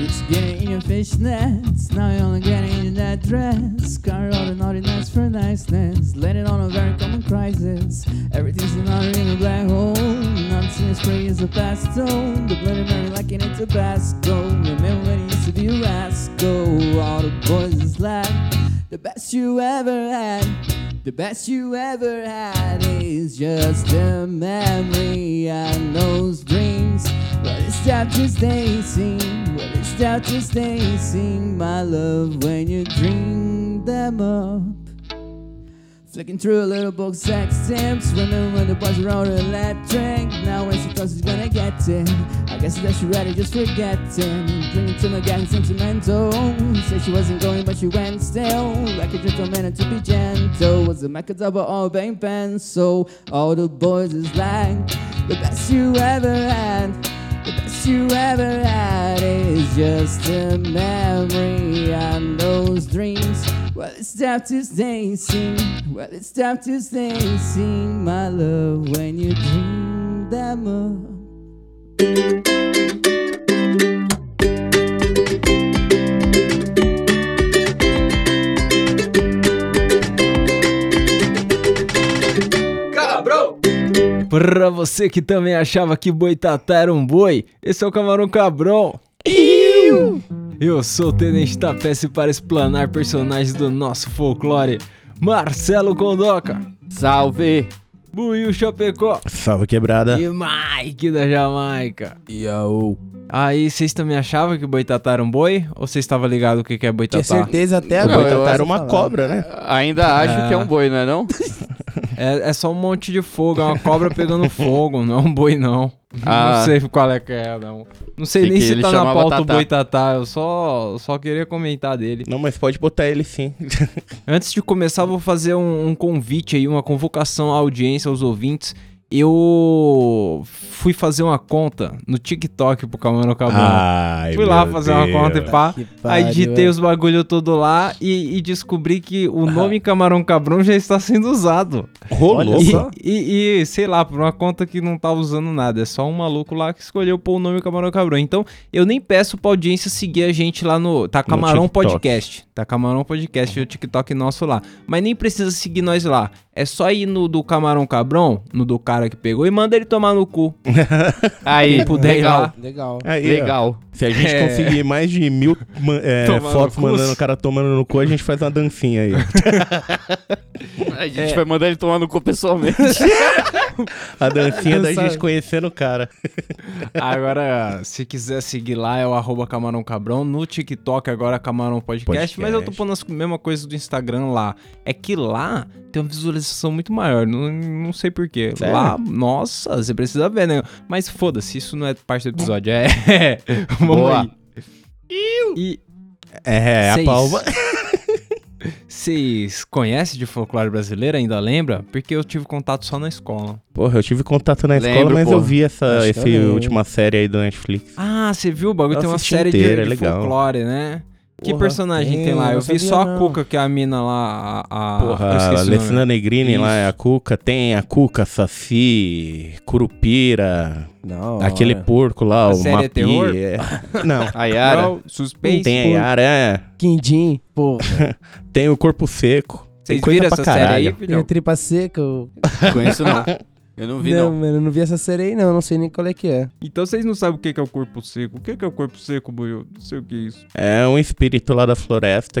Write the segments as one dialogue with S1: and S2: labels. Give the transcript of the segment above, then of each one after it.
S1: Used to getting your fishnets, now you're only getting in that dress. Car all the naughtiness for niceness, landed on a very common crisis. Everything's an honor in a black hole, nothing as free as a pastel. The bloody Mary like in a Tabasco, remember when it used to be a rascal. All the boys is like, the best you ever had, the best you ever had is just a memory and those dreams. Well, it's that just dancing. Well, it's that just dancing, my love, when you dream them up. Flicking through a little book, sex tips. Remember when the boys were on electric? Now when she thought she's gonna get it. I guess that she ready, just forgetting. Clinging to my getting sentimental. Said she wasn't going, but she went still. Like a gentleman and to be gentle. Was a macadabra or a bang pencil. All the boys is like, the best you ever had. The best you ever had is just a memory and those dreams. Well, it's time to stay sing. Well, it's time to stay sing, my love, when you dream them up.
S2: Pra você que também achava que boitatá era um boi, esse é o Camarão Cabrão. Eu sou o Tenente Tapece para explanar personagens do nosso folclore. Marcelo Condoca,
S1: Salve!
S2: Buiu Chapecó
S3: Salve quebrada.
S2: e Mike da Jamaica.
S3: Yo.
S2: Aí, vocês também achavam que boitatá era um boi? Ou vocês estavam ligados o que que é
S3: Tinha
S2: boitatá?
S3: certeza até
S4: Não,
S3: agora.
S4: eu
S3: Tá,
S4: acho
S3: era uma
S1: que
S3: cobra, né?
S4: Ainda acho que é um boi, não é não?
S2: É, é só um monte de fogo, é uma cobra pegando fogo, não é um boi não.
S4: Ah.
S2: Não sei qual é que é, não. Não sei
S4: E
S2: nem
S4: que
S2: se
S4: ele
S2: tá na
S4: chamava
S2: pauta o
S4: Tatá.
S2: boitatá, eu só, só queria comentar dele.
S3: Não, mas pode botar ele sim.
S2: Antes de começar, vou fazer um, um convite aí, uma convocação à audiência, aos ouvintes. Eu fui fazer uma conta no TikTok pro Camaro Cabral.
S3: Ai,
S2: fui lá
S3: meu
S2: fazer
S3: Deus.
S2: uma conta e pá. Aí digitei os bagulho todo lá e, e descobri que o nome Camarão Cabrão já está sendo usado.
S3: Rolou.
S2: E,
S3: só.
S2: e- e, sei lá, por uma conta que não tá usando nada. É só um maluco lá que escolheu pôr o nome Camarão Cabrão. Então, eu nem peço pra audiência seguir a gente lá no. Tá Camarão
S3: TikTok. Uhum.
S2: Podcast. Tá Camarão Podcast, o TikTok nosso lá. Mas nem precisa seguir nós lá. É só ir no do Camarão Cabrão, no do cara que pegou, e manda ele tomar no cu.
S4: Aí,
S2: Quem puder ir lá.
S1: Legal.
S3: Aí, ó,
S4: Legal.
S3: Se a gente
S2: É.
S3: conseguir mais de mil man- é,
S2: Tomando
S3: fotos
S2: no cu.
S3: mandando o cara tomando no cu, a gente faz uma dancinha aí.
S4: A gente vai mandar ele tomar no cu pessoalmente.
S3: A dancinha da
S2: Dançar.
S3: gente conhecendo o cara.
S2: Agora, se quiser seguir lá, é o arroba Camarão Cabrão. No TikTok agora é Camarão Podcast,
S3: Podcast.
S2: mas eu tô pondo as mesma coisa do Instagram lá. É que lá tem uma visualização muito maior, não, não sei porquê.
S3: Sério?
S2: Lá, nossa, você precisa ver, né? Mas foda-se, isso não é parte do episódio, é... Vamos
S4: Boa.
S2: aí. E
S3: É, a
S2: Seis.
S3: palma.
S2: vocês conhecem de folclore brasileiro, ainda lembra? Porque eu tive contato só na escola.
S3: Porra, eu tive contato na escola,
S4: Lembro,
S3: mas eu
S4: porra.
S3: vi essa
S1: Acho que eu
S3: esse
S1: lembro.
S3: última série aí do Netflix.
S2: Ah, você viu o bagulho?
S3: Eu
S2: Tem uma
S3: assisti
S2: série
S3: inteira, é
S2: de, de
S3: legal.
S2: folclore, né? Que
S3: Porra,
S2: personagem tem,
S3: tem,
S2: lá?
S3: eu
S2: Eu
S3: não
S2: vi
S3: sabia,
S2: só a
S3: não.
S2: Cuca, que é a mina lá, a... a
S3: Porra,
S2: Ah, eu
S3: a
S2: esqueci o nome.
S3: Lecina Negrini lá
S2: Isso.
S3: é a Cuca. Tem a Cuca, Saci, Curupira,
S1: Não.
S3: aquele porco lá,
S2: A
S3: o
S2: série é
S3: Mapi.
S2: terror?
S3: é. Não,
S4: A Yara.
S2: Não, suspense.
S3: tem a Yara, é.
S1: Quindim, pô.
S3: Tem o Corpo Seco. Tem
S2: Vocês
S3: coisa
S2: viram
S3: pra
S2: essa série aí,
S3: caralho.
S1: Tem
S2: filhão?
S1: tripa seca. Eu...
S4: Conheço não. Eu não vi
S1: não,
S4: não.
S1: mano, eu não vi essa série aí, não. eu Não sei nem qual é que é.
S2: Então vocês não sabem o que que é o corpo seco. O que que é o corpo seco, Buiu? Não sei o que é isso.
S3: É um espírito lá da floresta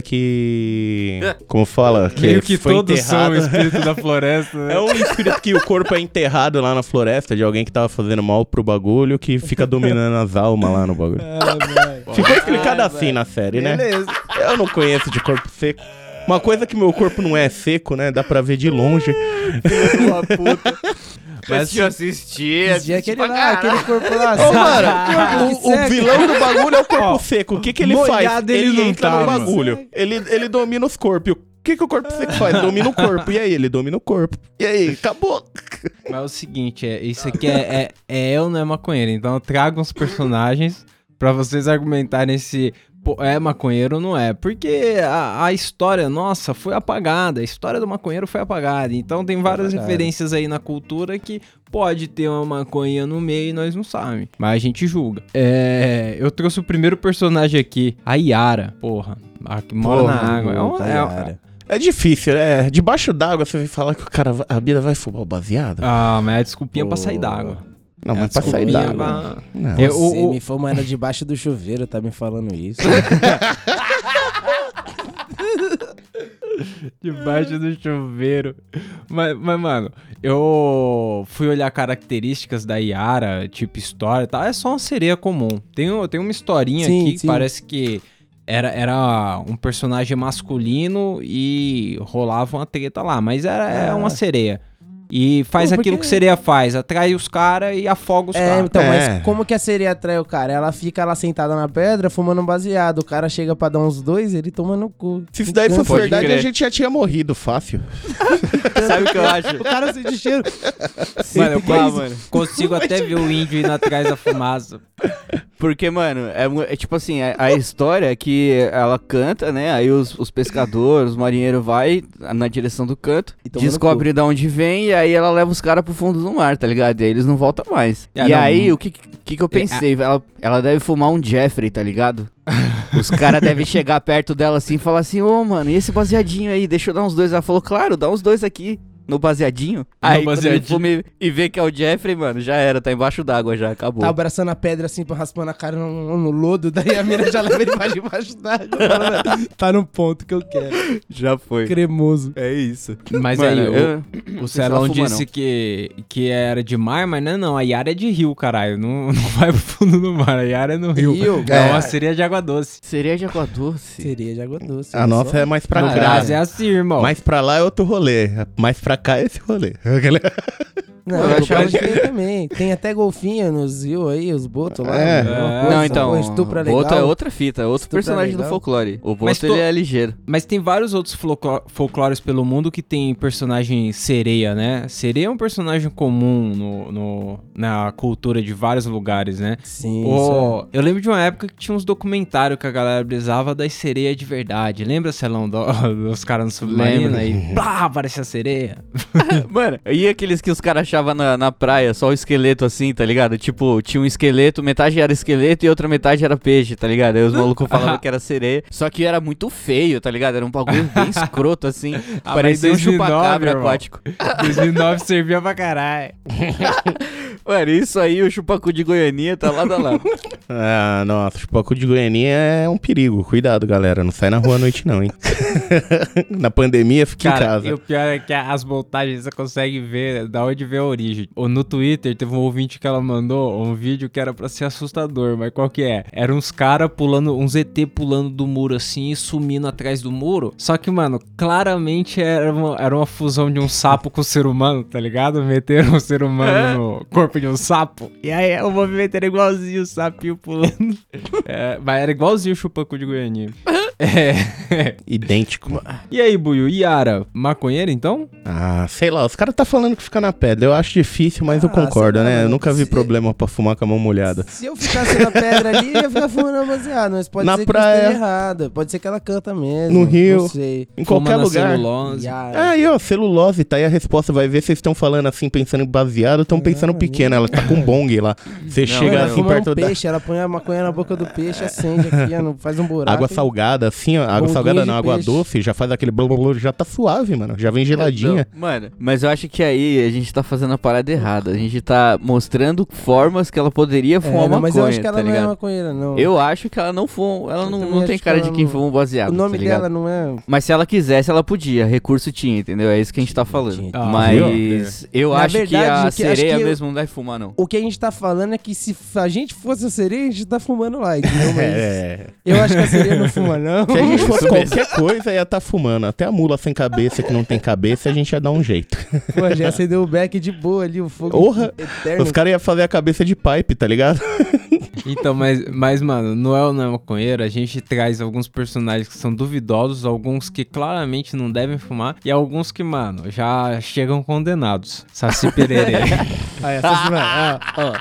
S3: que. Como fala? Que
S2: Meio que
S3: foi
S2: todos são
S3: enterrado.
S2: o espírito da floresta, né?
S3: É um espírito que o corpo é enterrado lá na floresta de alguém que tava fazendo mal pro bagulho que fica dominando as almas lá no bagulho. Ficou explicado assim na série, né?
S2: Ah, Beleza.
S3: Eu não conheço de corpo seco. Uma coisa que meu corpo não é seco, né? Dá pra ver de longe.
S2: Mas- é
S4: Mas eu assisti,
S1: Esse
S4: assisti
S1: dia é aquele
S2: Tipo
S4: pra
S1: lá,
S4: caralho.
S1: aquele corpo lá.
S3: Ô,
S1: sabe?
S3: mano, o, o vilão do bagulho é o corpo
S2: Ó,
S3: seco. O que, que ele faz?
S2: molhado ele não
S3: entra
S2: tá,
S3: no
S2: mano.
S3: bagulho. Ele, ele domina os corpos. E O que, que o corpo seco faz? Domina o corpo. E aí? Ele domina o corpo. E aí? Acabou.
S2: Mas é o seguinte, é, isso aqui é, é, é eu não é maconheiro, então eu trago uns personagens pra vocês argumentarem se po- é maconheiro ou não é. Porque a, a história nossa foi apagada, a história do maconheiro foi apagada. Então tem várias
S1: apagada.
S2: referências aí na cultura que pode ter uma maconha no meio e nós não sabemos. Mas a gente julga. É, eu trouxe o primeiro personagem aqui, a Yara. Porra, a que mora
S3: Porra,
S2: na água. É uma, é,
S1: Cara.
S3: É difícil, né? Debaixo d'água você vem falar que o cara, vai- a Bida vai fumar o baseado?
S2: ah, mas é desculpinha pra sair
S3: Pô.
S2: d'água.
S3: não,
S2: É
S3: mas pra sair
S2: desculpinha
S3: d'água.
S2: pra-
S3: Não.
S2: Eu-
S1: Você
S2: o- o-
S1: me fuma era debaixo do chuveiro, tá me falando isso.
S2: Debaixo do chuveiro. Mas, mas, mano, eu fui olhar características da Yara, tipo história e tal. É só uma sereia comum. Tem, um- tem uma historinha
S1: Sim,
S2: aqui que
S1: sim.
S2: parece que era, era um personagem masculino e rolava uma treta lá. Mas era é uma sereia. E faz
S1: Ah. Pô,
S2: aquilo
S1: porque-
S2: que sereia faz: atrai os caras e afoga os
S1: É,
S2: caras.
S1: então,
S3: É.
S1: mas como que a sereia atrai o cara? Ela fica lá sentada na pedra, fumando um baseado. O cara chega pra dar uns dois, ele toma no cu.
S3: Se isso daí
S1: Então,
S3: fosse
S4: Pode
S3: verdade,
S4: crer.
S3: a gente já tinha morrido fácil.
S4: Sabe o que eu acho?
S1: O cara sente cheiro.
S2: Mano, eu
S4: Ah,
S2: quase
S4: mano.
S2: consigo até ver o índio indo atrás da fumaça.
S4: Porque, mano, é, mu- é tipo assim, a, a história é que ela canta, né? Aí os, os pescadores, os marinheiros vai na direção do canto,
S1: E toma no
S4: descobre de onde vem, e aí ela leva os caras pro fundo do mar, tá ligado? E aí eles não voltam mais.
S1: Ah,
S2: É,
S4: e
S2: não,
S4: aí,
S2: não-
S4: o que, que, que
S1: É,
S4: eu pensei? Ela, ela deve fumar um Jeffrey, tá ligado? Os caras devem chegar perto dela assim e falar assim, ô, mano, e esse baseadinho aí? Deixa eu dar uns dois. Ela falou, claro, dá uns dois aqui. No baseadinho. Aí quando ele
S2: baseadinho.
S4: fuma e- e vê que é o Jeffrey, mano, já era, tá embaixo d'água já, acabou.
S1: Tá abraçando a pedra assim, raspando a cara no, no lodo, daí a mira já leva ele pra debaixo d'água. falando, Tá no ponto que eu quero.
S4: Já foi.
S1: Cremoso.
S4: É isso.
S2: Mas
S4: Mano,
S2: aí, o-
S4: eu-
S2: O
S4: sei se
S2: Celão
S4: ela fuma,
S2: disse
S4: não.
S2: que, que era de mar, mas não é não. A Yara é de rio, caralho. Não, não vai pro fundo do mar. A Yara é no rio.
S1: Rio,
S2: É uma
S1: cara.
S2: seria de água doce.
S4: Sereia de água doce.
S1: Sereia de água doce.
S3: A nossa é mais pra
S2: No
S4: Ah,
S3: cá.
S2: Brasil é assim, irmão.
S3: Mais pra lá é outro rolê. Mais pra cá é esse rolê.
S1: Não,
S4: Eu
S1: eu
S4: achava
S1: que tem também. Tem até golfinho nos rios aí, os botos lá.
S3: É.
S1: né? Uma
S2: É.
S1: coisa,
S4: Não, então,
S1: um estupro é legal.
S4: Boto é outra fita, é outro
S1: Estupro é
S4: personagem do
S1: legal.
S4: folclore. O
S2: Mas
S4: Boto,
S2: to-
S4: ele é ligeiro.
S2: Mas tem vários outros folclo- folclores pelo mundo que tem personagem sereia, né? Sereia é um personagem comum no, no- na cultura de vários lugares, né?
S1: Sim, isso
S2: Ô, eu lembro de uma época que tinha uns documentários que a galera brisava das sereias de verdade. Lembra, Celão, do- dos caras no submarino?
S4: Lembro.
S2: Aí, pá, aparecia a sereia.
S4: Mano, e aqueles que os caras achavam na, na praia, só o esqueleto assim, tá ligado? Tipo, tinha um esqueleto, metade era esqueleto e outra metade era peixe, tá ligado? Aí os malucos falavam que era sereia, só que era muito feio, tá ligado? Era um bagulho bem escroto, assim.
S2: Ah,
S4: parecia um
S2: mas 2009,
S4: chupacabra
S2: irmão.
S4: aquático.
S2: 2009 servia pra caralho.
S4: Mano, isso aí, o chupacu de Goianinha tá lado a lado.
S3: Ah, nossa, chupacu de Goianinha é um perigo. Cuidado, galera. Não sai na rua à noite, não, hein? na pandemia, fica
S2: Cara,
S3: em casa.
S2: e o pior é que as montagens você consegue ver é da onde vem a origem. Ou no Twitter teve um ouvinte que ela mandou um vídeo que era pra ser assustador, mas qual que é? Era uns caras pulando, uns ET pulando do muro assim e sumindo atrás do muro. Só que, mano, claramente era uma, era uma fusão de um sapo com o ser humano, tá ligado? Meteram um ser humano no corpo de um sapo. E aí o movimento era igualzinho o sapinho pulando. É, mas era igualzinho o chupacu de Goiânia. É.
S3: Idêntico.
S2: E aí, Buiu, Yara, maconheira então?
S3: Ah, sei lá. Os caras tá falando que fica na pedra. Eu acho difícil, mas eu
S1: Ah,
S3: concordo,
S1: sei lá,
S3: né? Eu
S1: mano.
S3: nunca vi
S1: Se-
S3: problema pra fumar com a mão molhada.
S1: é. Se eu ficasse na pedra ali, eu ia ficar fumando baseado. Mas pode
S3: Na
S1: ser
S3: praia.
S1: que esteja errado. Pode ser que ela canta mesmo.
S3: No rio.
S1: Não sei.
S3: Em qualquer
S2: Fuma na
S3: lugar.
S2: celulose.
S1: Yara.
S3: Ah, aí, ó, celulose, tá aí a resposta. Vai ver se vocês estão falando assim, pensando em baseado, estão pensando pequeno. Ela tá com bong lá. Você chega
S4: não.
S1: Ela
S3: assim
S1: fuma
S3: perto
S1: um
S3: da.
S1: peixe, ela põe a maconha na boca do peixe, acende aqui, ó, não- faz um buraco.
S3: Água salgada, assim, ó. Água
S1: Bonguinho
S3: salgada
S1: de
S3: não, água
S1: peixe.
S3: doce, já faz aquele blá blá blá, já tá suave, mano. Já vem
S4: É,
S3: geladinha.
S4: Não, mano, mas eu acho que aí a gente tá fazendo a parada errada. A gente tá mostrando formas que ela poderia
S1: É,
S4: fumar
S1: não,
S4: maconha,
S1: mas eu acho que ela
S4: tá
S1: não é
S4: ligado?
S1: maconheira, não.
S4: Eu acho que ela não fuma, ela
S1: Eu
S4: não,
S1: também
S4: não
S1: acho
S4: tem
S1: que
S4: cara
S1: ela
S4: de quem
S1: não-
S4: fuma um baseado,
S1: O nome
S4: tá ligado?
S1: dela não é...
S4: Mas se ela quisesse, ela podia, recurso tinha, entendeu? É isso que a gente tá falando.
S1: tinha.
S2: Ah,
S3: É.
S4: mas eu
S1: Na
S4: acho que
S1: verdade,
S4: a
S1: o que- acho
S4: sereia
S1: que eu-
S4: mesmo não deve fumar, não.
S1: O que a gente tá falando é que se f- a gente fosse a sereia, a gente tá fumando lá, entendeu? Mas
S3: É.
S1: eu acho que a sereia não fuma, não.
S3: Se a gente fosse
S4: Isso mesmo.
S3: qualquer coisa, ia tá fumando. Até a mula sem cabeça, que não tem cabeça, a gente ia dar um jeito.
S1: Pô, já acendeu o beck de boa ali, o fogo
S3: Porra!
S1: eterno.
S3: Os caras iam fazer a cabeça de pipe, tá ligado?
S2: Então, mas, mas, mano, Noel não é maconheiro. A gente traz alguns personagens que são duvidosos, alguns que claramente não devem fumar e alguns que, mano, já chegam condenados. Saci Pererê.
S1: Aí, essa semana, ó, ó.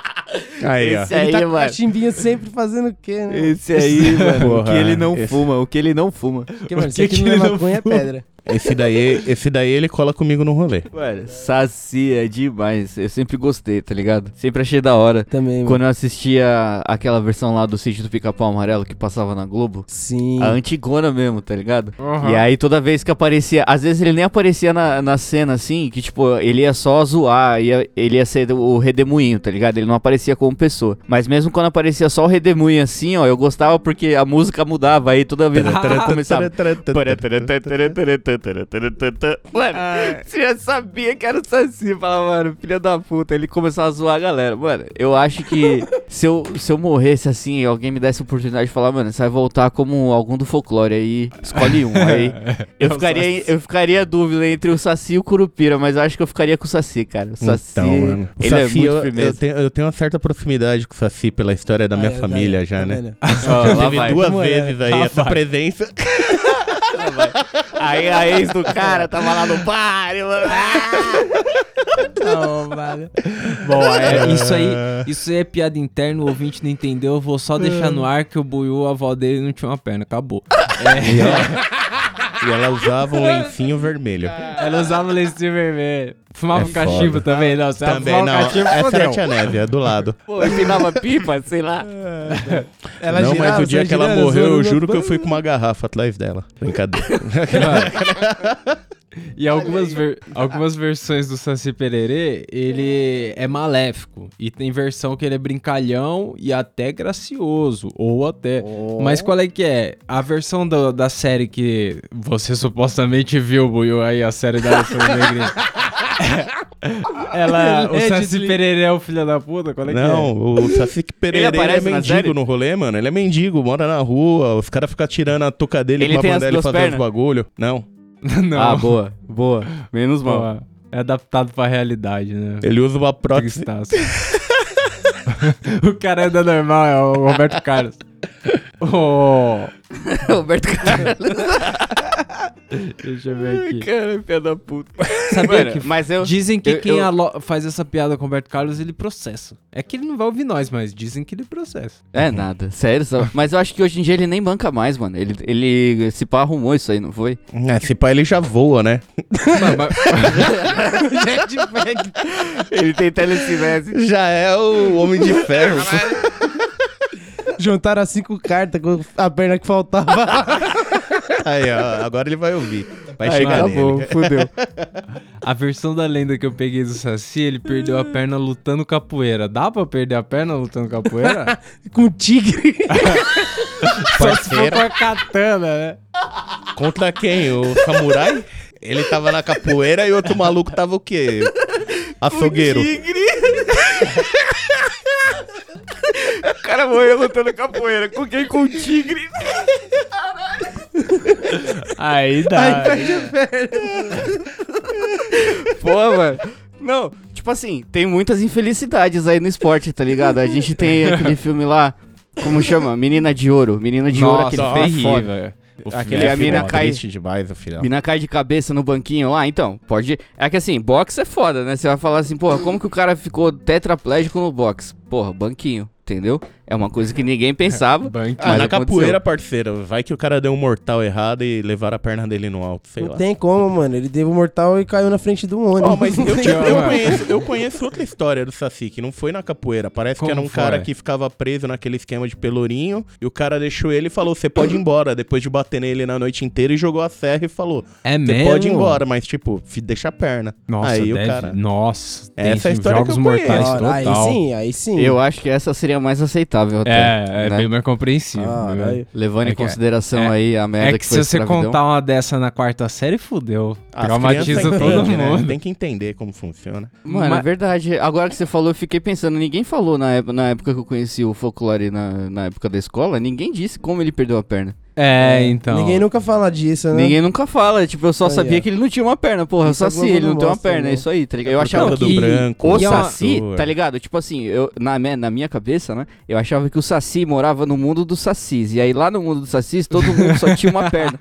S3: Aí, ó.
S4: Esse é- aí,
S1: Ele tá com
S4: mano.
S1: cachimbinho sempre fazendo o quê, né?
S4: Esse aí, mano. o
S3: Porra,
S4: que ele não
S3: esse-
S4: fuma, o que ele não fuma.
S1: Porque, mano,
S2: Por
S1: isso
S2: que
S1: aqui
S2: que
S1: não é
S2: ele não
S1: maconha, é
S2: fuma?
S1: pedra.
S3: Esse daí, esse daí ele cola comigo no rolê.
S4: Mano, sacia demais. Eu sempre gostei, tá ligado? Sempre achei da hora.
S1: Também, mano.
S4: Quando eu assistia aquela versão lá do sítio do Pica-Pau Amarelo que passava na Globo.
S1: Sim.
S4: A antigona mesmo, tá ligado?
S2: Uhum.
S4: E aí toda vez que aparecia, às vezes ele nem aparecia na, na cena assim, que tipo, ele ia só zoar, ia, ele ia ser o redemoinho, tá ligado? Ele não aparecia como pessoa. Mas mesmo quando aparecia só o redemoinho assim, ó, eu gostava porque a música mudava, aí toda vez eu começava. Mano, você já sabia que era o Saci. Falava, mano, filha da puta. Ele começou a zoar a galera. Mano, eu acho que se eu, se eu morresse assim e alguém me desse a oportunidade de falar, mano, você vai voltar como algum do folclore. Aí escolhe um. Aí
S3: É,
S4: eu ficaria, eu ficaria em dúvida entre o Saci e o Curupira, mas eu acho que eu ficaria com o Saci, cara. O Saci.
S3: Então, O
S4: Ele
S3: Saci,
S4: é muito
S3: eu, eu,
S4: firmeza.
S3: tenho, eu tenho uma certa proximidade com o Saci pela história
S4: Ah,
S3: da minha
S4: é,
S1: Aí,
S3: família
S1: tá
S3: já,
S1: vendo?
S3: né?
S1: Tá vendo?
S4: Ó, lá
S3: Teve
S4: vai.
S3: duas
S1: Como é?
S3: vezes aí essa presença.
S4: Aí a ex do cara tava lá no bar, "Ah!" e, mano.
S1: Não, velho.
S2: Bom, é, isso aí, isso aí é piada interna, o ouvinte não entendeu. Eu vou só deixar no ar que o Buiu, a avó dele, não tinha uma perna. Acabou.
S3: E ela, e ela usava um lencinho vermelho.
S2: Ela usava lencinho vermelho. Fumava um
S3: É
S2: cachimbo
S3: foda.
S2: também, não. Você
S3: Também não.
S2: fumava cachimbo,
S3: Essa era a
S2: fodeu.
S3: Tia Neve, é do lado.
S4: Pô, empinava pipa, sei lá.
S1: Ela
S3: não,
S1: girava,
S3: mas o dia
S1: saiu
S3: que ela
S1: girando,
S3: morreu,
S1: zoando
S3: eu
S1: no
S3: juro que eu
S1: banco.
S3: fui com uma garrafa atrás dela. Brincadeira.
S2: E algumas, ver- algumas versões do Saci Pererê, ele é maléfico. E tem versão que ele é brincalhão e até gracioso. Ou até. Mas qual é que é? A versão do- da série que você supostamente viu, Buiu, aí, a série da versão negra. Ela. O Saci
S1: Allegedly.
S2: Pererê é o filho da puta? Qual é que é?
S3: Não, o Saci Pereira ele é
S4: aparece na série?
S3: mendigo no rolê, mano. Ele é mendigo, mora na rua, os caras ficam tirando a touca dele
S4: Ele
S3: pra
S4: tem as
S3: mandar ele
S4: duas
S3: fazer
S4: pernas?
S3: os bagulho. Não.
S2: não.
S4: Ah, boa, boa. Menos mal.
S2: Pô, É adaptado pra realidade, né?
S3: Ele usa uma prótese.
S2: Tristaço. o cara é da normal, é o Roberto Carlos. Oh,
S4: Roberto Carlos.
S2: deixa eu ver aqui.
S4: Cara, filha da puta.
S2: Sabia
S4: Mano,
S2: que
S4: mas eu.
S2: Dizem que
S4: eu-
S2: quem
S4: eu-
S2: alo- faz essa piada com o Roberto Carlos, ele processa. É que ele não vai ouvir nós, mas dizem que ele processa.
S4: É nada, sério. só- Mas eu acho que hoje em dia ele nem banca mais, mano. Ele, ele se pá arrumou isso aí, não foi?
S3: É, se pá, ele já voa, né?
S4: Ele tem telecinese.
S3: Já é o Homem de Ferro.
S1: Juntaram as cinco cartas com a perna que faltava.
S3: Aí, ó, agora ele vai ouvir. Vai
S4: Aí
S3: chegar
S4: acabou,
S3: nele.
S4: fudeu.
S2: A versão da lenda que eu peguei do Saci, ele perdeu a perna lutando capoeira. Dá pra perder a perna lutando capoeira?
S1: com tigre.
S2: Foi
S3: Parceiro,
S2: com a katana, né?
S3: contra quem? O samurai? Ele tava na capoeira e outro maluco tava o quê? Açougueiro.
S4: O cara morreu lutando capoeira. Com quem? Com o tigre.
S2: Aí dá.
S4: Pô, mano. Não, tipo assim, tem muitas infelicidades aí no esporte, tá ligado? A gente tem aquele filme lá, como chama? Menina de Ouro. Menina de Ouro, aquele filme é foda. Aquele a mina cai-
S3: demais, o filhão.
S4: Mina cai de cabeça no banquinho lá, então, pode. É que assim, boxe é foda, né? Você vai falar assim, porra, como que o cara ficou tetraplégico no boxe? Porra, banquinho, entendeu? É uma coisa que ninguém pensava.
S2: Banquinho.
S3: Ah,
S4: Mas
S3: na
S4: aconteceu.
S3: capoeira, parceiro, vai que o cara deu um mortal errado e levaram a perna dele no alto, sei
S1: Não
S3: lá.
S1: tem como, mano. Ele teve um mortal e caiu na frente do ônibus.
S3: Ó, mas eu,
S1: Não tem
S3: eu
S1: como.
S3: conheço, eu conheço outra história do Saci, que não foi na capoeira. Parece
S2: Como
S3: que era um
S2: foi?
S3: cara que ficava preso naquele esquema de pelourinho, e o cara deixou ele e falou, você pode ir embora, depois de bater nele na noite inteira, e jogou a serra e falou,
S2: É
S3: você
S2: mesmo?
S3: pode ir embora, mas tipo, fi- deixa a perna.
S2: Nossa, deve...
S3: Aí o cara...
S2: Nossa, tem
S3: Essa é a história
S2: jogos
S3: que eu conheço.
S2: mortais
S1: Ora,
S2: total.
S1: Aí sim, aí sim.
S4: Eu acho que essa seria mais aceitável até.
S2: É, é
S4: né?
S2: bem mais compreensível.
S3: Ah,
S1: Ora,
S2: né?
S1: Ah, aí.
S4: Levando
S2: É
S4: em
S2: que-
S4: consideração
S2: é-
S4: aí a merda
S2: É
S4: que,
S2: que, se
S4: foi a
S2: você
S4: escravidão.
S2: contar uma dessa na quarta série, fudeu.
S3: As
S2: Traumatiza
S3: crianças
S2: todo
S3: entendem, né?
S2: mundo.
S3: Tem que entender como funciona.
S4: Mano,
S2: Ma-
S4: é verdade. Agora que você falou, eu fiquei pensando, ninguém falou na época, na época que eu conheci o folclore na, na época da escola, ninguém disse como ele perdeu a perna.
S2: É, então.
S1: Ninguém nunca fala disso, né?
S4: Ninguém nunca fala, tipo, eu só
S1: Aí,
S4: sabia
S1: ó.
S4: que ele não tinha uma perna, porra, eu
S1: Isso a
S4: saci,
S1: Globo
S4: ele
S1: não
S4: não tem uma
S1: mostra,
S4: perna,
S1: né?
S4: é isso aí, tá ligado? Eu
S3: Por
S4: achava
S3: causa
S4: que
S3: do branco. é.
S4: o
S3: da
S4: Saci,
S3: cor.
S4: tá ligado? Tipo assim, eu, na, minha, na minha cabeça, né? Eu achava que o Saci morava no mundo dos Sacis. E aí lá no mundo dos Sacis, todo mundo só tinha uma perna.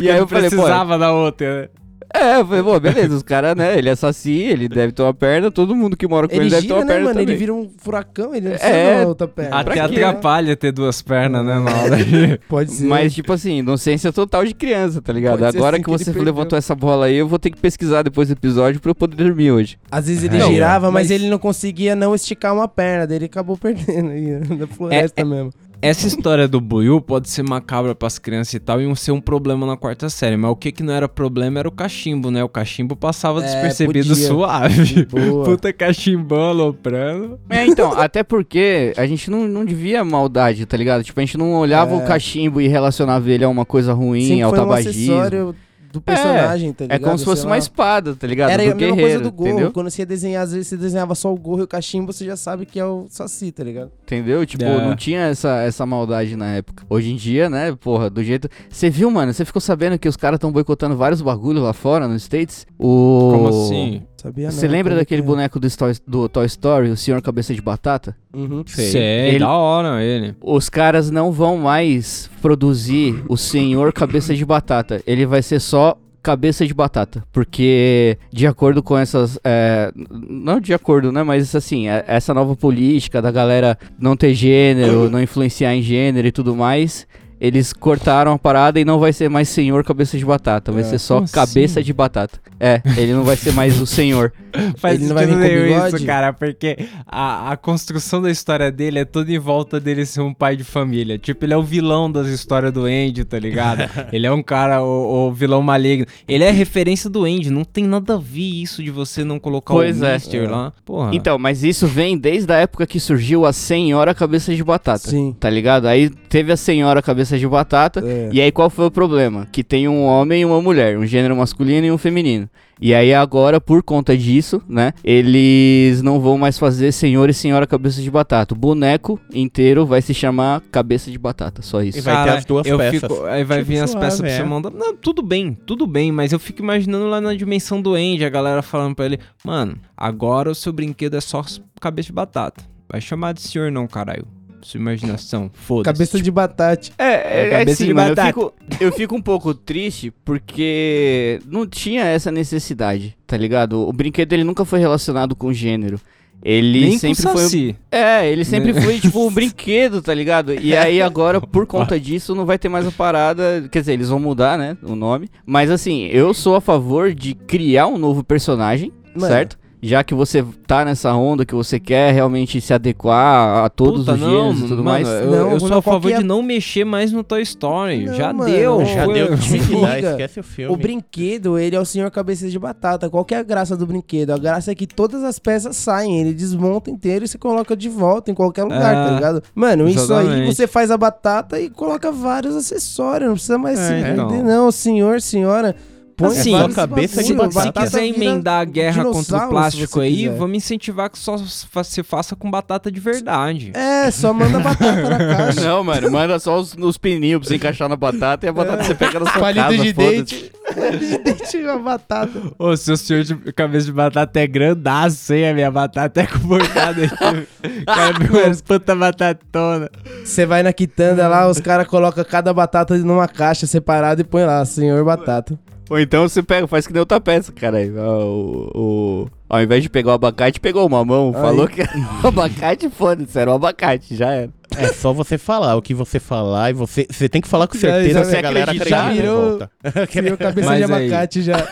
S4: E aí eu falei, pô,
S2: precisava da outra, né?
S4: é, eu falei, pô, beleza, os caras, né? Ele é Saci, ele deve ter uma perna, todo mundo que mora com ele,
S1: Ele
S4: deve ter
S1: gira,
S4: uma
S1: né,
S4: perna
S1: mano?
S4: também.
S1: Ele vira um furacão, ele não
S4: É.
S1: precisa da outra perna.
S2: Até
S4: pra quê, né?
S2: atrapalha ter duas pernas, né, na hora de-
S1: Pode ser.
S4: Mas, tipo assim, inocência total de criança, tá ligado?
S1: Pode ser
S4: Agora
S1: assim
S4: que
S1: que ele
S4: você
S1: perdeu.
S4: levantou essa bola aí, eu vou ter que pesquisar depois do episódio pra eu poder dormir hoje.
S1: Às vezes ele
S2: É.
S1: girava, mas,
S2: Mas-
S1: ele não conseguia não esticar uma perna, daí ele acabou perdendo aí, na floresta mesmo.
S2: Essa história do Buiu pode ser macabra pras crianças e tal, e um ser um problema na quarta série. Mas o que que não era problema era o cachimbo, né? O cachimbo passava
S1: É,
S2: despercebido
S1: podia.
S2: suave.
S1: Boa.
S2: Puta cachimbão aloprando.
S4: É, então, até porque a gente não, não devia maldade, tá ligado? Tipo, a gente não olhava o cachimbo e relacionava ele a uma coisa ruim,
S1: Sempre
S4: ao
S1: foi um
S4: é tabagismo.
S1: acessório do personagem, tá
S4: é
S1: ligado?
S4: como se
S1: Sei
S4: fosse
S1: lá.
S4: uma espada, tá ligado?
S1: Era
S4: do
S1: a mesma
S4: guerreiro,
S1: coisa do gorro.
S4: entendeu?
S1: Quando você ia desenhar, às vezes você desenhava só o gorro e o cachimbo, você já sabe que é o saci, tá ligado?
S4: Entendeu? Tipo,
S2: É.
S4: não tinha essa, essa maldade na época. Hoje em dia, né, porra, do jeito. Você viu, mano? Você ficou sabendo que os caras estão boicotando vários bagulhos lá fora, nos States? O...
S2: Como assim?
S1: Sabia não.
S4: Você lembra
S1: como
S4: daquele
S1: que é.
S4: boneco do, Stoy- do Toy Story, o Senhor Cabeça de Batata?
S1: Uhum.
S2: Sei,
S4: Ele-
S2: é da hora ele.
S4: Os caras não vão mais produzir o Senhor Cabeça de Batata. Ele vai ser só Cabeça de Batata. Porque, de acordo com essas. é, n- não de acordo, né? Mas assim, é- essa nova política da galera não ter gênero, não influenciar em gênero e tudo mais. Eles cortaram a parada e não vai ser mais Senhor Cabeça de Batata. Vai
S1: É.
S4: ser só
S2: Como assim?
S4: Cabeça de Batata. É, ele não vai ser mais o Senhor.
S2: Faz
S1: Ele não vai vir com
S2: sentido nenhum isso,
S1: bigode?
S2: cara, porque a, a construção da história dele é toda em volta dele ser um pai de família. Tipo, ele é o vilão das histórias do Andy, tá ligado? ele é um cara, o, o vilão maligno. Ele é referência do Andy, não tem nada a ver isso de você não colocar
S4: Pois
S2: o
S4: é.
S2: Mister lá.
S1: Ah.
S2: Porra.
S4: Então, mas isso vem desde a época que surgiu a Senhora Cabeça de Batata.
S1: Sim.
S4: Tá ligado? Aí teve a Senhora Cabeça de Batata.
S1: É.
S4: E aí qual foi o problema? Que tem um homem e uma mulher, um gênero masculino e um feminino. E aí agora, por conta disso, né? Eles não vão mais fazer Senhor e Senhora Cabeça de Batata. O boneco inteiro vai se chamar Cabeça de Batata. Só isso.
S3: E vai ter
S2: Cara,
S3: as duas
S2: eu
S3: peças.
S2: fico- aí vai
S3: Tipo,
S2: vir as
S3: suave,
S2: peças pra
S3: é.
S2: você mandar. Não, tudo bem, tudo bem, mas eu fico imaginando lá na dimensão do Andy, a galera falando pra ele: Mano, agora o seu brinquedo é só cabeça de batata. Vai chamar de senhor, não, caralho. Sua imaginação, foda-se.
S1: Cabeça de batata.
S4: É, é, é
S2: Cabeça
S4: assim,
S2: de
S4: mano, eu
S2: batata.
S4: fico, eu fico um pouco triste porque não tinha essa necessidade, tá ligado? O brinquedo ele nunca foi relacionado com gênero. Ele
S2: Nem
S4: sempre
S2: com
S4: foi.
S2: saci. Né?
S4: É, ele sempre foi tipo um brinquedo, tá ligado? E aí agora, por conta disso, não vai ter mais a parada. Quer dizer, eles vão mudar, né? O nome. Mas assim, eu sou a favor de criar um novo personagem,
S1: Mano.
S4: certo? Já que você tá nessa onda que você quer realmente se adequar a todos
S2: Puta,
S4: os
S2: não,
S4: gêneros e tudo
S2: mano,
S4: mais.
S2: Eu,
S1: Não,
S2: eu sou a
S1: não,
S2: favor
S1: qualquer-
S2: de não mexer mais no Toy Story.
S1: Não,
S2: já
S1: mano,
S2: deu.
S3: Já
S1: Pô,
S2: foi- tipo
S3: deu o que tinha que dar,
S1: liga.
S3: esquece o filme.
S1: O brinquedo, ele é o senhor cabeça de batata. Qual que é a graça do brinquedo? A graça é que todas as peças saem, ele desmonta inteiro e você coloca de volta em qualquer lugar,
S2: É.
S1: tá ligado? Mano, isso aí
S2: Exatamente.
S1: você faz a batata e coloca vários acessórios, não precisa mais
S2: É,
S1: se vender,
S2: então.
S1: não, senhor, senhora. Põe
S2: Assim,
S1: vários
S3: só cabeça de
S1: bagulho,
S2: Se
S3: batata
S2: quiser
S1: vira
S2: emendar a guerra contra
S1: dinossauro,
S2: o
S1: se
S2: plástico
S1: você
S2: aí,
S1: quiser.
S2: vamos incentivar que só fa- se faça com batata de verdade.
S1: É, só manda batata na caixa.
S4: Não, mano, manda só os, os pininhos pra você encaixar na batata e a batata você pega na sua
S1: Palito
S4: casa,
S1: de
S4: foda-se.
S1: dente. Palito de dente e uma batata.
S2: Ô, seu senhor de cabeça de batata é grandaço, hein? A minha batata é comportada aqui. Cara, meu puta batatona.
S1: Você vai na quitanda lá, os caras colocam cada batata numa caixa separada e põe lá, senhor batata.
S4: Ou então você pega, faz que nem outra peça, cara. O, o- ao invés de pegar o abacate, pegou o mamão.
S1: Aí.
S4: Falou que era o abacate, foda-se, era o abacate, já era.
S3: É só você falar o que você falar e você. Você tem que falar com
S1: Já-
S3: certeza
S1: já
S3: se a galera
S1: acredita.
S3: acredita.
S1: Já virou-
S3: Volta.
S1: Senhor cabeça
S2: Mas
S1: de
S2: aí-
S1: abacate já.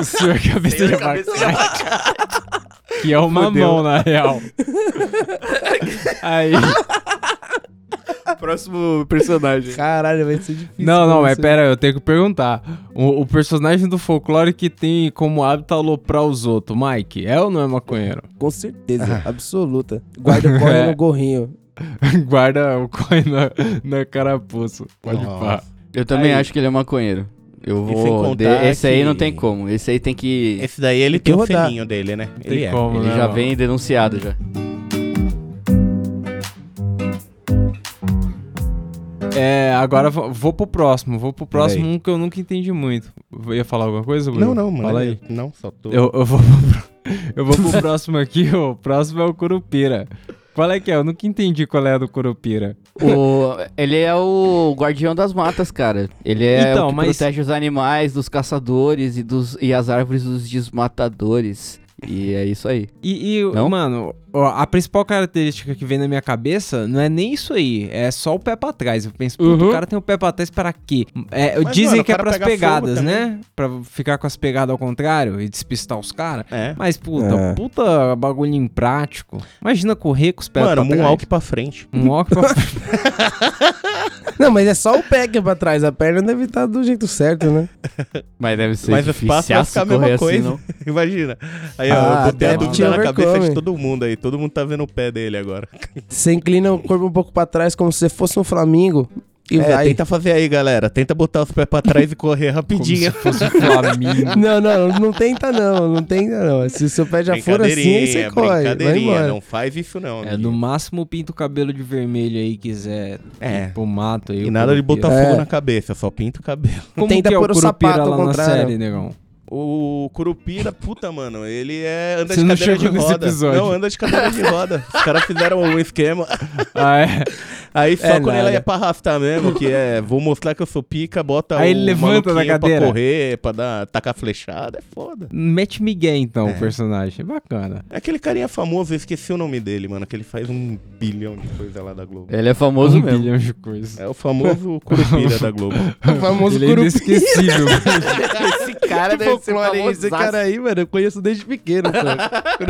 S2: O senhor é cabeça de abacate. Que é o mamão, na real. Aí.
S4: Próximo personagem.
S1: Caralho, vai ser difícil.
S2: Não, não,
S1: pra
S2: mas
S1: você.
S2: pera, eu tenho que perguntar. O, o personagem do folclore que tem como hábito aloprar os outros, Mike, é ou não é maconheiro?
S1: Com
S3: Ah.
S1: certeza, absoluta. Guarda o
S3: É.
S1: corre no gorrinho.
S2: Guarda o coin na, na carapuça. Pode pá.
S4: Eu também
S2: Aí.
S4: acho que ele é maconheiro. Eu
S3: E sem
S4: vou.
S3: contar
S4: de- esse aí
S3: que-
S4: não tem como. Esse aí tem que.
S3: Esse daí ele
S1: Tem
S3: tem
S1: que
S3: o
S1: rodar.
S3: selinho dele, né?
S2: Tem
S3: Ele é.
S2: como,
S4: Ele
S2: né,
S4: já
S2: não?
S4: vem denunciado já.
S2: É, agora v- vou pro próximo. Vou pro próximo
S3: Peraí.
S2: um que eu nunca entendi muito. Eu ia falar alguma coisa, Bruno?
S3: Não, não, mano.
S2: Fala aí.
S3: Não, só tô.
S2: Eu, eu vou pro, pró- eu vou pro próximo aqui. O próximo é o Curupira. Qual é que é? Eu nunca entendi qual é a do Curupira.
S4: O- ele é o guardião das matas, cara. Ele é
S2: Então,
S4: o que
S2: mas-
S4: protege os animais, dos caçadores e, dos, e as árvores dos desmatadores. E é isso aí.
S2: E, e,
S4: Não?
S2: mano, ó, a principal característica que vem na minha cabeça não é nem isso aí, é só o pé pra trás. Eu penso, puta, o cara tem o pé pra trás para quê? É,
S3: Uhum. Mas,
S2: dizem
S3: mano,
S2: que
S3: o
S2: é
S3: cara
S2: pras
S3: pega fogo
S2: pegadas,
S3: também.
S2: né? Pra ficar com as pegadas ao contrário e despistar os caras.
S3: É.
S2: Mas, puta,
S1: É.
S2: puta bagulho imprático. Imagina correr com os pés
S3: Mano,
S2: pra trás.
S3: Moonwalk pra frente.
S2: Um walk pra frente.
S1: Não, mas é só o pé que é pra trás. A perna deve estar do jeito certo, né?
S4: Mas deve ser
S3: Mas o
S4: difícil
S3: espaço vai ficar a mesma coisa. Imagina. Aí, ó,
S1: Ah,
S3: eu botei a
S1: até
S3: dúvida na
S1: overcome.
S3: cabeça de todo mundo aí. Todo mundo tá vendo o pé dele agora.
S1: Você inclina o corpo um pouco pra trás como se você fosse um flamingo. E
S3: É,
S1: vai.
S3: tenta fazer aí, galera. Tenta botar os pés pra trás e correr
S2: Como se
S3: rapidinho.
S2: fosse um flamingo.
S1: Não, não, não tenta não, não tenta não. Se o seu pé já for assim, aí você corre, vai
S3: brincadeirinha.
S1: embora.
S3: Não faz isso, não. né?
S2: É,
S3: amigo.
S2: no máximo pinta o cabelo de vermelho aí, quiser.
S3: É.
S2: Pro mato aí.
S3: E
S2: o
S3: nada de
S2: Curupira.
S3: botar
S1: É.
S3: fogo na cabeça, só pinta o cabelo.
S2: Como
S1: Tenta
S2: que é o
S1: pôr o
S2: Curupira
S1: sapato ao
S2: lá na
S1: contrário.
S2: série, negão?
S3: O Curupira, puta, mano, ele é anda
S2: Você
S3: de
S2: não
S3: cadeira de
S2: chegou nesse
S3: roda.
S2: episódio.
S3: Não, anda de cadeira de roda. Os caras fizeram um esquema.
S2: Ah, é?
S3: Aí só
S2: É
S3: quando ela
S2: nada.
S3: ia pra arrastar mesmo, que é, vou mostrar que eu sou pica, bota
S2: Aí
S3: o
S2: ele levanta da
S3: maluquinho
S2: cadeira.
S3: pra correr, pra dar, tacar flechada, é foda.
S2: Mete Miguel, então,
S1: É.
S2: o personagem. Bacana.
S3: É aquele carinha famoso, eu esqueci o nome dele, mano, que ele faz um bilhão de coisa lá da Globo.
S4: Ele é famoso
S2: um
S4: mesmo.
S2: bilhão de coisas.
S3: É o famoso Curupira da Globo.
S1: O famoso
S2: Ele é
S1: curupi.
S2: inesquecível.
S4: Esse cara
S1: Que folclore é esse cara aí, mano? Eu conheço desde pequeno, cara.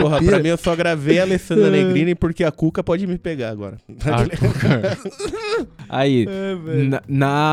S3: Porra, pra mim eu só gravei a Alessandra Negrini porque a Cuca pode me pegar agora.
S2: aí,
S4: É,
S2: na,